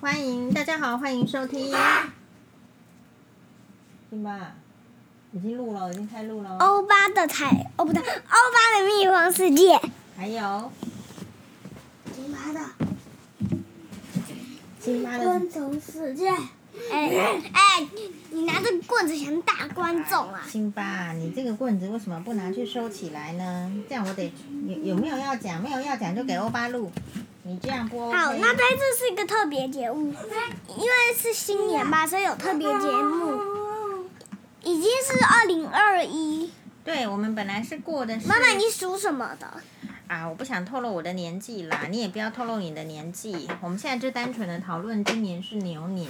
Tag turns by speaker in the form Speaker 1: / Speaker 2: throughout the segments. Speaker 1: 欢迎大家好，欢迎收听。
Speaker 2: 行吧，已经录了，已经开录了。
Speaker 3: 欧巴的彩，哦不对，欧巴的蜜蜂世界。
Speaker 2: 还有，
Speaker 3: 金巴的
Speaker 2: 辛巴的，
Speaker 3: 虫世界。哎哎，你拿着棍子想打观众啊？
Speaker 2: 辛巴，你这个棍子为什么不拿去收起来呢？这样我得有有没有要讲？没有要讲就给欧巴录。你这样不 OK。
Speaker 3: 好，那这次是一个特别节目，因为是新年吧，所以有特别节目。已经是二零二一，
Speaker 2: 对我们本来是过的是
Speaker 3: 妈妈，你属什么的？
Speaker 2: 啊，我不想透露我的年纪啦，你也不要透露你的年纪。我们现在就单纯的讨论今年是牛年，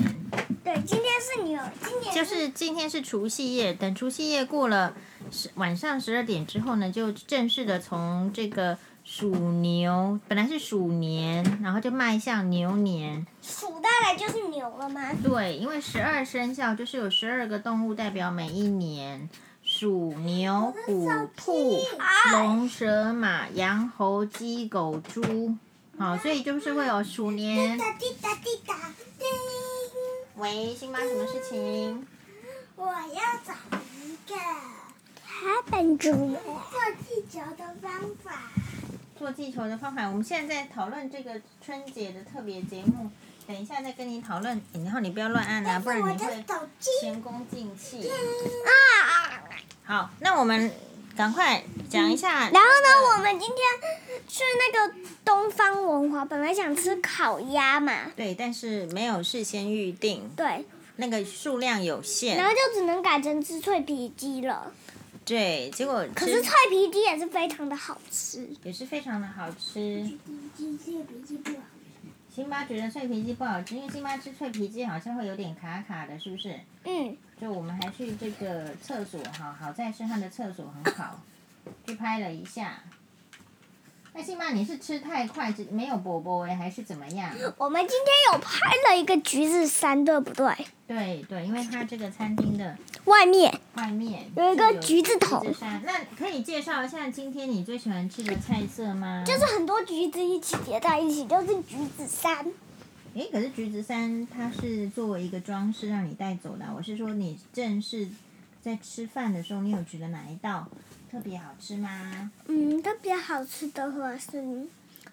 Speaker 3: 对，今天是牛，今年
Speaker 2: 就是今天是除夕夜，等除夕夜过了十晚上十二点之后呢，就正式的从这个鼠牛，本来是鼠年，然后就迈向牛年。
Speaker 3: 数到来就是牛了吗？
Speaker 2: 对，因为十二生肖就是有十二个动物代表每一年，鼠、牛、虎、兔、龙、蛇、马、羊、猴、鸡、狗、猪。好，所以就是会有鼠年。
Speaker 3: 滴答滴答滴，
Speaker 2: 喂，辛巴，什么事情？
Speaker 3: 我要找一个他本主做气球的方法。
Speaker 2: 做气球的方法，我们现在在讨论这个春节的特别节目，等一下再跟你讨论。然后你不要乱按
Speaker 3: 哎
Speaker 2: 啊，不然你会
Speaker 3: 手机
Speaker 2: 前功尽弃。
Speaker 3: 啊！
Speaker 2: 好，那我们赶快讲一下。
Speaker 3: 然后呢，我们今天去那个东方文华，本来想吃烤鸭嘛，
Speaker 2: 对，但是没有事先预定，
Speaker 3: 对，
Speaker 2: 那个数量有
Speaker 3: 然
Speaker 2: 限。
Speaker 3: 后就只能改成吃脆皮鸡了。
Speaker 2: 对，结果
Speaker 3: 可是脆皮鸡也是非常的好吃。
Speaker 2: 也是非常的好吃。辛巴觉得脆皮鸡不好吃，因为辛巴吃脆皮鸡好像会有点卡卡的，是不是？
Speaker 3: 嗯，
Speaker 2: 就我们还去这个厕所哈，好在是他的厕所很好，去拍了一下。那辛巴，你是吃太快，只没有波波哎，还是怎么样？
Speaker 3: 我们今天有拍了一个橘子山，对不对？
Speaker 2: 对对，因为他这个餐厅的
Speaker 3: 外面
Speaker 2: 外面
Speaker 3: 有一
Speaker 2: 是
Speaker 3: 个橘子桶
Speaker 2: 橘子山。那可以介绍一下今天你最喜欢吃的菜色吗？
Speaker 3: 就是很多橘子一起叠在一起，就是橘子山。
Speaker 2: 诶，可是橘子山它是作为一个装饰让你带走的啊，我是说你正式在吃饭的时候，你有觉得哪一道特别好吃吗？
Speaker 3: 嗯，特别好吃的话是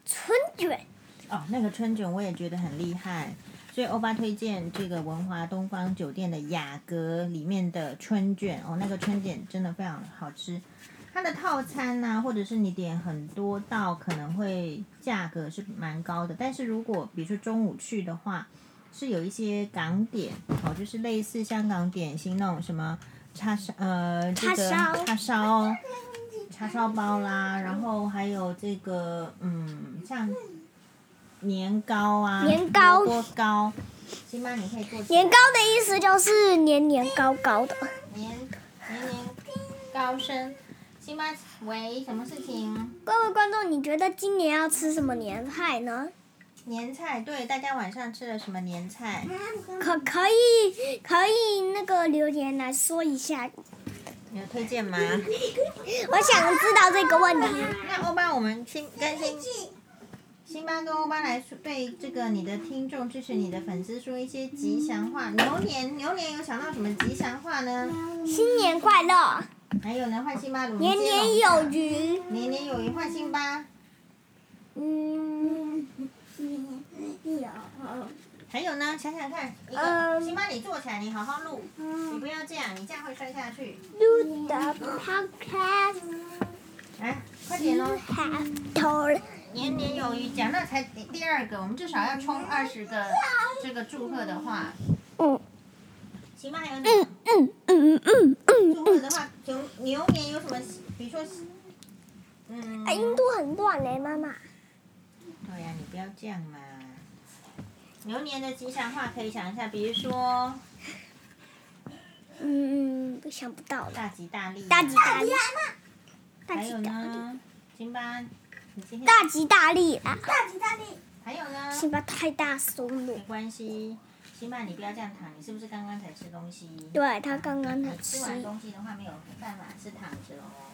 Speaker 3: 春卷，
Speaker 2: 哦，那个春卷我也觉得很厉害，所以欧巴推荐这个文华东方酒店的雅阁里面的春卷哦，那个春卷真的非常好吃。它的套餐呐、或者是你点很多道，可能会价格是蛮高的。但是如果比如说中午去的话，是有一些港点哦，就是类似香港点心那种什么叉烧呃这个
Speaker 3: 叉烧
Speaker 2: 叉烧哦叉烧包啦，然后还有这个嗯像年糕啊，
Speaker 3: 年糕
Speaker 2: 萝卜糕。辛巴，你可以做起来
Speaker 3: 年糕的意思就是年年高高的。
Speaker 2: 年年年高升。辛巴，喂，什么事情？
Speaker 3: 各位观众，你觉得今年要吃什么年菜呢？
Speaker 2: 年菜，对，大家晚上吃了什么年菜？
Speaker 3: 可可以可以那个留言来说一下，
Speaker 2: 有推荐吗？
Speaker 3: 我想知道这个问题。
Speaker 2: 那欧巴，我们辛跟辛辛巴跟欧巴来说，对这个你的听众支持你的粉丝说一些吉祥话。牛年，牛年有想到什么吉祥话呢？
Speaker 3: 新年快乐，
Speaker 2: 还有呢，换辛巴，
Speaker 3: 年年有，余。
Speaker 2: 年年有余，换辛巴。
Speaker 3: 嗯，
Speaker 2: 还有呢，想想看，一个
Speaker 3: 嗯
Speaker 2: 辛巴，你坐起来，你好好录，你不要这样，你这样会摔下去。
Speaker 3: do the podcast
Speaker 2: 来，快点哦！
Speaker 3: have told
Speaker 2: 年年有余，讲到才第第二个，我们至少要冲二十个这个祝贺的话。
Speaker 3: 嗯。
Speaker 2: 行吧，还有你
Speaker 3: 嗯嗯嗯嗯
Speaker 2: 祝贺的话，牛牛年有什么？比如说，嗯，
Speaker 3: 哎，印度很乱嘞，妈妈。
Speaker 2: 对呀、你不要这样嘛。牛年的吉祥话可以想一下，比如说
Speaker 3: 嗯，嗯，想不到了。
Speaker 2: 大吉大利。
Speaker 3: 大吉大利。大
Speaker 2: 还
Speaker 3: 吉
Speaker 2: 有
Speaker 3: 大利。
Speaker 2: 呢，金巴，你今天
Speaker 3: 大吉大利啦！
Speaker 2: 还有呢？
Speaker 3: 辛巴太大声
Speaker 2: 没
Speaker 3: 了。
Speaker 2: 关系，辛巴，你不要这样躺，你是不是刚刚才吃东西？
Speaker 3: 对他刚刚才
Speaker 2: 你
Speaker 3: 吃
Speaker 2: 吃，完东西的话，没有办法是躺着哦，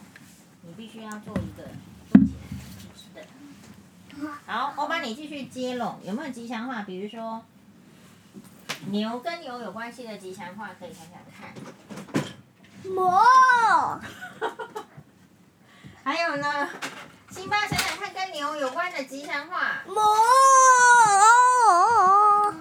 Speaker 2: 你必须要做一个坐起来直直的。好，我帮你继续接拢，有没有吉祥话？比如说，牛跟牛有关系的吉祥话可以想想看。
Speaker 3: 魔，
Speaker 2: 还有呢，辛巴想想看跟牛有关的吉祥话。
Speaker 3: 魔，哦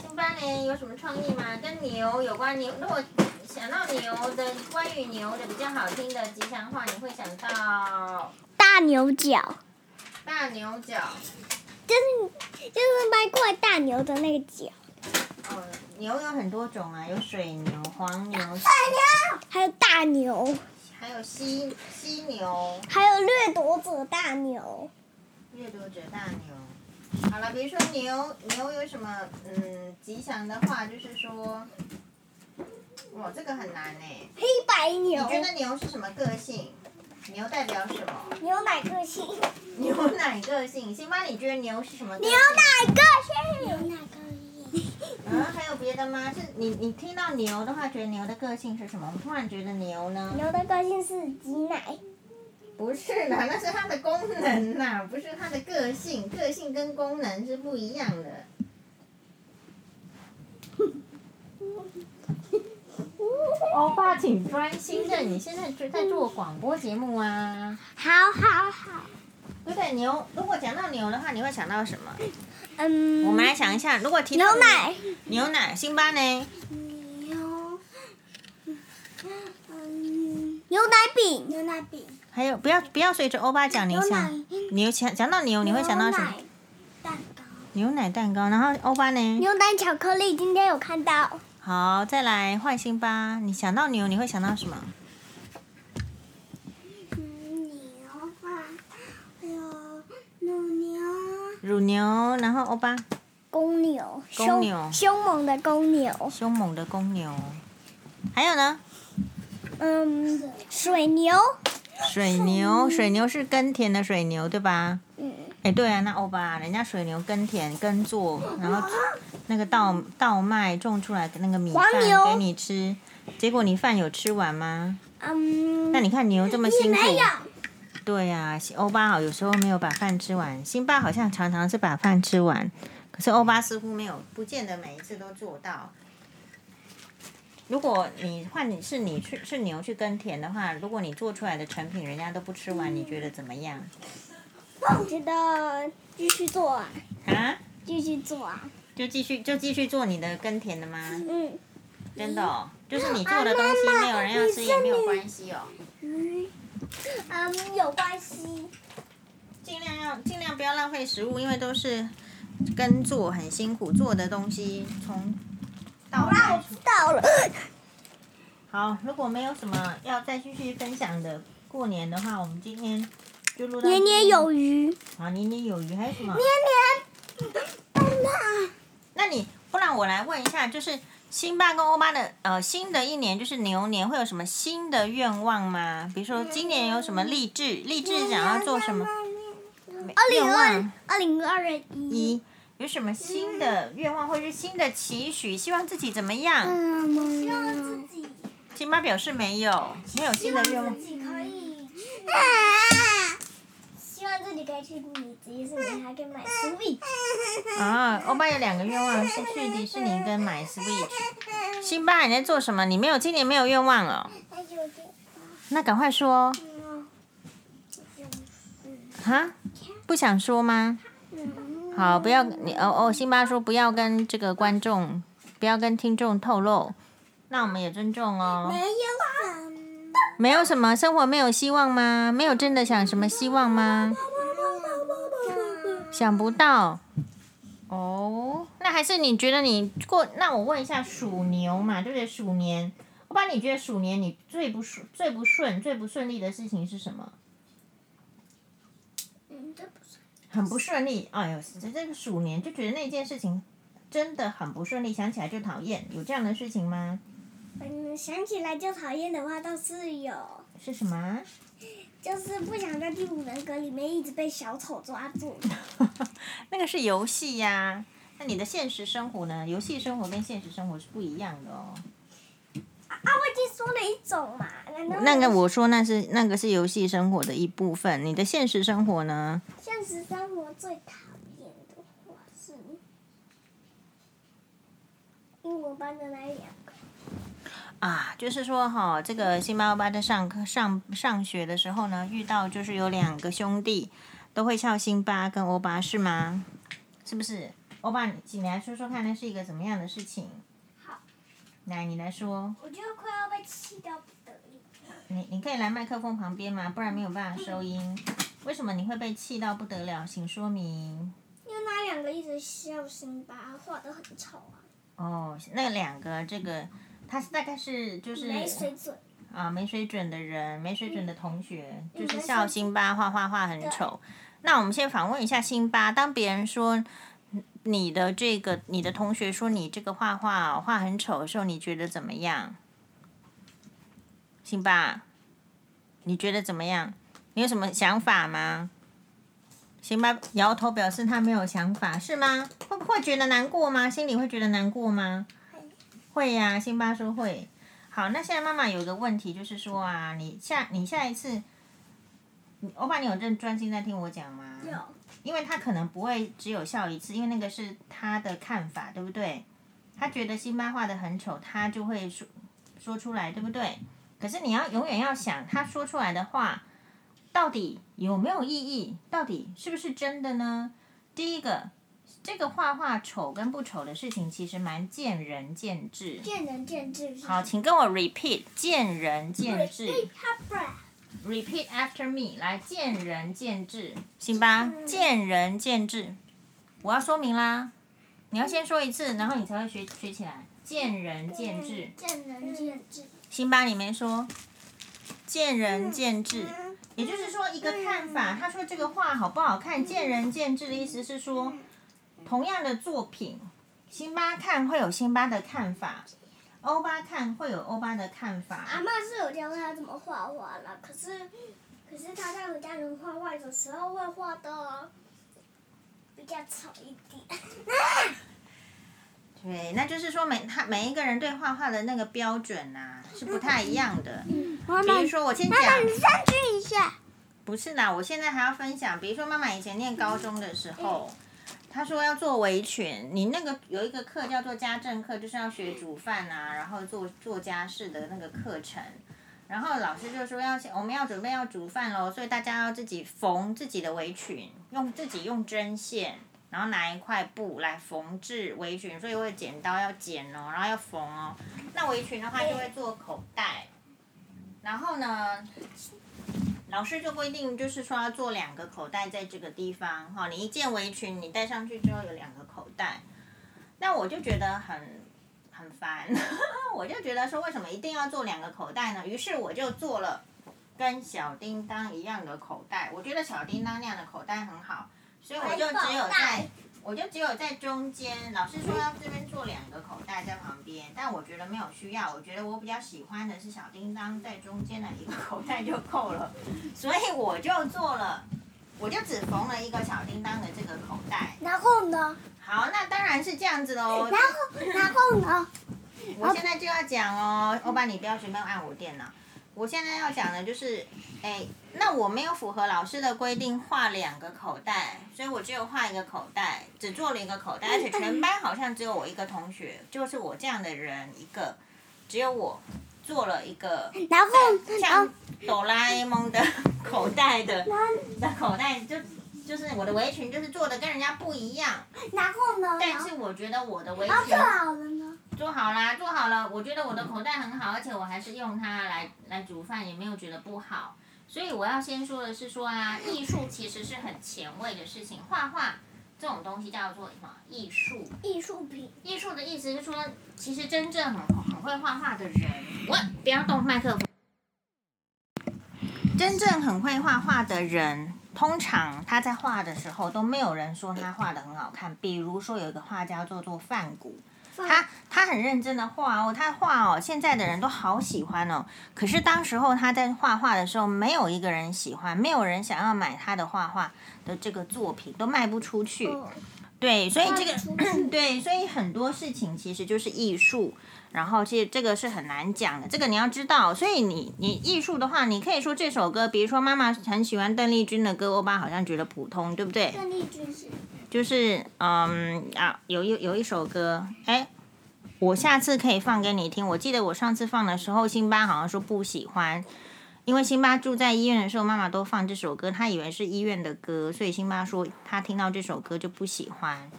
Speaker 2: 辛巴呢有什么创意吗？跟牛有关牛，如果想到牛的关于牛的比较好听的吉祥话，你会想到
Speaker 3: 大牛角，
Speaker 2: 大牛角。
Speaker 3: 就是就是掰块大牛的那个角，
Speaker 2: 哦，牛有很多种啊，有水牛、黄牛，
Speaker 3: 还有大牛，
Speaker 2: 还有犀犀牛、
Speaker 3: 还有掠夺者大牛，
Speaker 2: 掠夺者大牛。好了，比如说牛，牛有什么嗯吉祥的话，就是说，哇，这个很难哎。
Speaker 3: 黑白
Speaker 2: 你
Speaker 3: 牛，
Speaker 2: 觉得牛是什么个性？牛代表什么？
Speaker 3: 牛奶个性，牛
Speaker 2: 牛奶个性？辛巴，你觉得牛是什么个性？
Speaker 3: 奶个性，牛奶个性，
Speaker 2: 嗯，还有别的吗？是你你听到牛的话，觉得牛的个性是什么？我突然觉得牛呢，
Speaker 3: 牛的个性是挤奶，
Speaker 2: 不是啦，那是它的功能啦， 不是它的个性，个性跟功能是不一样 的。欧巴，哦请专心的，你现在就在做广播节目啊，
Speaker 3: 好好好，
Speaker 2: 对不对？牛，如果讲到牛的话，你会想到什么？
Speaker 3: 嗯，
Speaker 2: 我们来想一下，如果提
Speaker 3: 牛
Speaker 2: 到
Speaker 3: 奶。
Speaker 2: 牛奶，辛巴呢？
Speaker 3: 牛，嗯，牛奶饼，牛奶饼，
Speaker 2: 还有，不要不要随着欧巴讲，你想牛想讲到牛，你会想到什么？？
Speaker 3: 蛋糕，
Speaker 2: 牛奶蛋糕，然后欧巴呢？
Speaker 3: 牛奶巧克力，今天有看到
Speaker 2: 好，再来换辛巴。你想到牛，你会想到什么？
Speaker 3: 牛啊，还有乳牛，
Speaker 2: 乳牛，然后欧巴，
Speaker 3: 公牛，
Speaker 2: 公
Speaker 3: 凶
Speaker 2: 牛
Speaker 3: 凶猛的公牛，
Speaker 2: 凶猛的公牛。还有呢，
Speaker 3: 嗯，水牛，
Speaker 2: 水牛，水牛是耕田的水牛，对吧？
Speaker 3: 嗯，
Speaker 2: 哎，对啊，那欧巴，人家水牛耕田耕作，然后那个稻稻麦种出来的那个米
Speaker 3: 黄牛
Speaker 2: 饭给你吃，结果你饭有吃完吗？
Speaker 3: 嗯，
Speaker 2: 那你看牛这么
Speaker 3: 你
Speaker 2: 辛苦，
Speaker 3: 没有，
Speaker 2: 对呀、欧巴好有时候没有把饭吃完，辛巴好像常常是把饭吃完，可是欧巴似乎没有，不见得每一次都做到。如果你换你是你去是牛去耕田的话，如果你做出来的成品人家都不吃完，你觉得怎么样
Speaker 3: 我觉得继续做啊，
Speaker 2: 啊？
Speaker 3: 继续做啊，
Speaker 2: 就继续就继续做你的耕田的吗？
Speaker 3: 嗯。
Speaker 2: 真的、哦，就是你做的东西没有人要吃也没有关系哦，
Speaker 3: 嗯，嗯，有关系。
Speaker 2: 尽量要尽量不要浪费食物，因为都是耕作很辛苦做的东西，从到
Speaker 3: 那我知道了。
Speaker 2: 好，如果没有什么要再继续分享的过年的话，我们今天就录到
Speaker 3: 年年有余，年
Speaker 2: 啊，年年有余，还有什么？
Speaker 3: 年奔跑。
Speaker 2: 那你不然我来问一下，就是辛巴跟欧巴的呃新的一年就是牛年会有什么新的愿望吗？比如说今年有什么励志，励志想要做什么？
Speaker 3: 二零
Speaker 2: 愿
Speaker 3: 二
Speaker 2: 望
Speaker 3: 二零二一。
Speaker 2: 一有什么新的愿望或者是新的期许？希望自己怎么样？
Speaker 3: 嗯，希望自己，
Speaker 2: 辛巴表示没有，没有新的愿望。
Speaker 3: 己可以。希望自己可以去迪士尼，还可以买 Switch。
Speaker 2: 啊，欧巴有两个愿望是去迪士尼跟买 Switch。辛巴，你在做什么？你没有今年没有愿望哦？
Speaker 3: 还有点
Speaker 2: 那赶快说
Speaker 3: 嗯
Speaker 2: 哈，不想说吗？
Speaker 3: 嗯
Speaker 2: 好，不要你哦哦，辛巴说不要跟这个观众，不要跟听众透露，那我们也尊重哦
Speaker 3: 没。有什么。
Speaker 2: 没有什么生活没有希望吗？没有真的想什么希望吗？想不到。哦，那还是你觉得你过？那我问一下，属牛嘛，对不对？鼠年，我把你觉得鼠年你最不顺、最不顺、最不顺利的事情是什么？
Speaker 3: 嗯，这不是。
Speaker 2: 很不顺利。哎呦，这这个鼠年就觉得那件事情真的很不顺利，想起来就讨厌。有这样的事情吗？
Speaker 3: 嗯，想起来就讨厌的话倒是有，
Speaker 2: 是什么啊？
Speaker 3: 就是不想在第五人格里面一直被小丑抓住。
Speaker 2: 那个是游戏呀、那你的现实生活呢？游戏生活跟现实生活是不一样的哦。
Speaker 3: 啊，我已经说了一种嘛，难道
Speaker 2: 那个我说那是那个是游戏生活的一部分，你的现实生活呢？
Speaker 3: 现实生活最讨厌的话是，我班的那一两个。
Speaker 2: 啊，就是说哈、这个辛巴欧巴在上课上上学的时候呢，遇到就是有两个兄弟都会叫辛巴跟欧巴，是吗？是不是？欧巴，你请你来说说看，那是一个怎么样的事情？
Speaker 3: 好，
Speaker 2: 来，你来说，
Speaker 3: 我觉得快要被气到不得了。
Speaker 2: 你你可以来麦克风旁边吗？不然没有办法收音。为什么你会被气到不得了？请说明。
Speaker 3: 因为那两个一直笑辛巴，画的很丑啊，
Speaker 2: 哦，那两个这个，他是大概是就是
Speaker 3: 没水准。
Speaker 2: 啊，没水准的人，没水准的同学，
Speaker 3: 嗯
Speaker 2: 就是
Speaker 3: 没
Speaker 2: 笑
Speaker 3: 错
Speaker 2: 辛巴画画画很丑。那我们先访问一下辛巴，当别人说你的这个你的同学说你这个画画画很丑的时候，你觉得怎么样？辛巴，你觉得怎么样？你有什么想法吗？辛巴摇头表示他没有想法，是吗？会不会觉得难过吗？心里会觉得难过吗？会呀、辛巴说会。好，那现在妈妈有一个问题，就是说啊，你下你下一次，你欧巴，你有认专心在听我讲吗？
Speaker 3: 有，
Speaker 2: 因为他可能不会只有笑一次，因为那个是他的看法，对不对？他觉得辛巴画的很丑，他就会说说出来，对不对？可是你要永远要想，他说出来的话到底有没有意义，到底是不是真的呢？第一个，这个画画丑跟不丑的事情，其实蛮见仁见智。
Speaker 3: 见仁见智。是不是
Speaker 2: 好，，请跟我 repeat，见仁见智。
Speaker 3: 他不然。
Speaker 2: Repeat after me，来，见仁见智，行吧？见仁见智，我要说明啦，你要先说一次，然后你才会学学起来。见仁见智，
Speaker 3: 见仁见智。
Speaker 2: 行吧？你没说，见仁见智，也就是说一个看法。他说这个画好不好看，见仁见智的意思是说，同样的作品，辛巴看会有辛巴的看法，欧巴看会有欧巴的看法。
Speaker 3: 阿妈是有教他怎么画画了，可是，可是他在和家人画画的时候会画的比较丑一点。
Speaker 2: 对，那就是说每他每一个人对画画的那个标准呐、是不太一样的。
Speaker 3: 妈
Speaker 2: 比如说我先讲，
Speaker 3: 上去一下。
Speaker 2: 不是啦，我现在还要分享。比如说妈妈以前念高中的时候，她说要做围裙，你那个有一个课叫做家政课，就是要学煮饭啊，然后做做家事的那个课程。然后老师就说要我们要准备要煮饭喽，所以大家要自己缝自己的围裙，用自己用针线，然后拿一块布来缝制围裙，所以会剪刀要剪哦，然后要缝哦。那围裙的话就会做口袋，然后呢，老师就规定就是说要做两个口袋在这个地方哈、你一件围裙你戴上去之后有两个口袋，那我就觉得很很烦， 我就觉得说为什么一定要做两个口袋呢？于是我就做了跟小叮当一样的口袋，我觉得小叮当那样的口袋很好，所以我就只有在。我就只有在中间，老师说要这边做两个口袋在旁边，但我觉得没有需要，我觉得我比较喜欢的是小叮当在中间的一个口袋就够了，所以我就做了，我就只缝了一个小叮当的这个口袋。
Speaker 3: 然后呢？
Speaker 2: 好，那当然是这样子哦喽。
Speaker 3: 然后，然后呢？
Speaker 2: 嗯我现在就要讲哦，欧巴，你不要随便按我电脑。我现在要讲的就是，哎，那我没有符合老师的规定画两个口袋，所以我只有画一个口袋，只做了一个口袋，而且全班好像只有我一个同学，就是我这样的人一个，只有我做了一个
Speaker 3: 然后，然
Speaker 2: 像
Speaker 3: 后，
Speaker 2: 哆啦 A 梦的口袋的
Speaker 3: 然后
Speaker 2: 的口袋，就就是我的围裙就是做的跟人家不一样，
Speaker 3: 然后呢？
Speaker 2: 但是我觉得我的围
Speaker 3: 然后
Speaker 2: 裙
Speaker 3: 做好了呢？
Speaker 2: 做好啦，做好了。我觉得我的口袋很好，而且我还是用它来来煮饭，也没有觉得不好。所以我要先说的是说啊，艺术其实是很前卫的事情，画画这种东西叫做什么艺术？
Speaker 3: 艺术品。
Speaker 2: 艺术的意思是说，其实真正很很会画画的人，我不要动麦克风。真正很会画画的人，通常他在画的时候都没有人说他画的很好看。比如说有一个画家叫做范谷，他他很认真的画哦，他画哦，现在的人都好喜欢哦。可是当时候他在画画的时候，没有一个人喜欢，没有人想要买他的画画的这个作品，都卖不出去。
Speaker 3: 哦
Speaker 2: 对，嗯所以这
Speaker 3: 卖不出
Speaker 2: 个对，所以很多事情其实就是艺术，然后其实这个是很难讲的，这个你要知道。所以你你艺术的话，你可以说这首歌，比如说妈妈很喜欢邓丽君的歌，欧巴好像觉得普通，对不对？
Speaker 3: 邓丽君是
Speaker 2: 就是嗯啊，有一有一首歌，哎，我下次可以放给你听。我记得我上次放的时候，辛巴好像说不喜欢，因为辛巴住在医院的时候，妈妈都放这首歌，他以为是医院的歌，所以辛巴说他听到这首歌就不喜欢。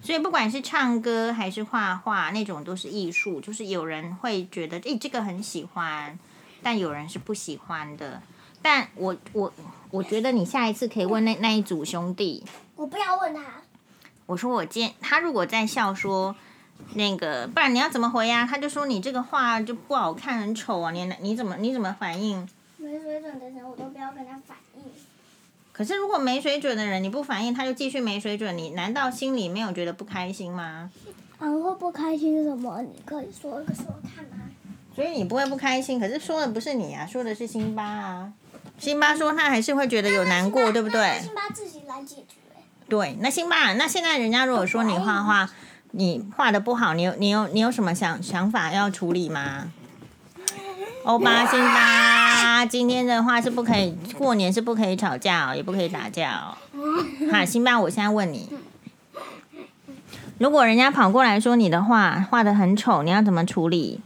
Speaker 2: 所以不管是唱歌还是画画，那种都是艺术，就是有人会觉得诶这个很喜欢，但有人是不喜欢的。但我我我觉得你下一次可以问那那一组兄弟，
Speaker 3: 我不要问他，
Speaker 2: 我说我见他如果在笑说，那个不然你要怎么回呀、他就说你这个画就不好看，很丑啊，你你怎么你怎么反应？
Speaker 3: 没水准的人我都不要跟他反应。
Speaker 2: 可是如果没水准的人你不反应，他就继续没水准，你难道心里没有觉得不开心吗？
Speaker 3: 然后啊不开心什么？你可以说一个说看啊。
Speaker 2: 所以你不会不开心，可是说的不是你啊，说的是辛巴啊。辛巴说他还是会觉得有难过，对不对？
Speaker 3: 辛巴自己来解决。
Speaker 2: 对，那辛巴，那现在人家如果说你画画，你画的不好，你有你有你有什么想想法要处理吗？欧巴，辛巴，今天的话是不可以，过年是不可以吵架哦，也不可以打架哦。好，辛巴，我现在问你，如果人家跑过来说你的画画的很丑，你要怎么处理？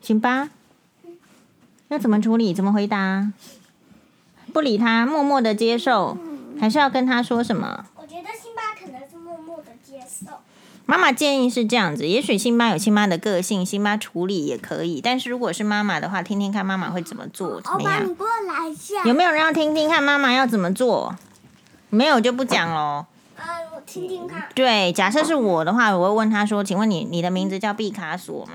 Speaker 2: 辛巴，要怎么处理？怎么回答？不理他，默默的接受，还是要跟他说什么？
Speaker 3: 我觉得辛巴可能是默默的接受。
Speaker 2: 妈妈建议是这样子，也许辛巴有辛巴的个性，辛巴处理也可以。但是如果是妈妈的话，听听看妈妈会怎么做，怎
Speaker 3: 欧
Speaker 2: 么
Speaker 3: 巴，
Speaker 2: 样
Speaker 3: 你？过来一下。
Speaker 2: 有没有人要听听看妈妈要怎么做？没有就不讲喽。
Speaker 3: 嗯，我听听看。
Speaker 2: 对，假设是我的话，我会问他说：“请问你你的名字叫毕卡索吗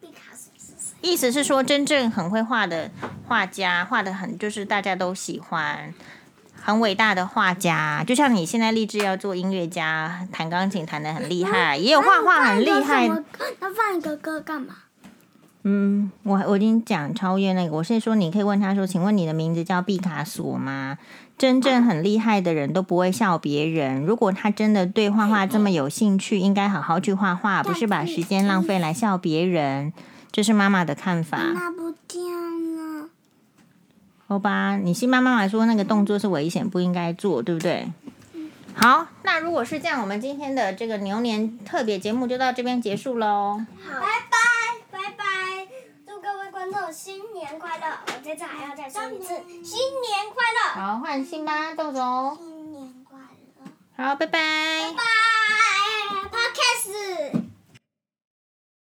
Speaker 3: 毕卡索是谁？？”
Speaker 2: 意思是说，真正很会画的画家，画的很就是大家都喜欢，很伟大的画家。就像你现在立志要做音乐家，弹钢琴弹得很厉害，也有画画很厉害。
Speaker 3: 那放一个歌干嘛？
Speaker 2: 嗯，我我已经讲超越那个，我是说你可以问他说，请问你的名字叫毕卡索吗？真正很厉害的人都不会笑别人。如果他真的对画画这么有兴趣，应该好好去画画，不是把时间浪费来笑别人。这是妈妈的看法。
Speaker 3: 那不啊见了。
Speaker 2: 欧巴，你辛巴妈妈说那个动作是危险，不应该做，对不对？好，那如果是这样，我们今天的这个牛年特别节目就到这边结束喽。
Speaker 3: 好，拜拜，拜拜！祝各位观众新年快乐！我这次还要再说一次，新年快乐！
Speaker 2: 好，换辛巴豆总，
Speaker 3: 新年快乐！
Speaker 2: 好，拜拜
Speaker 3: 拜。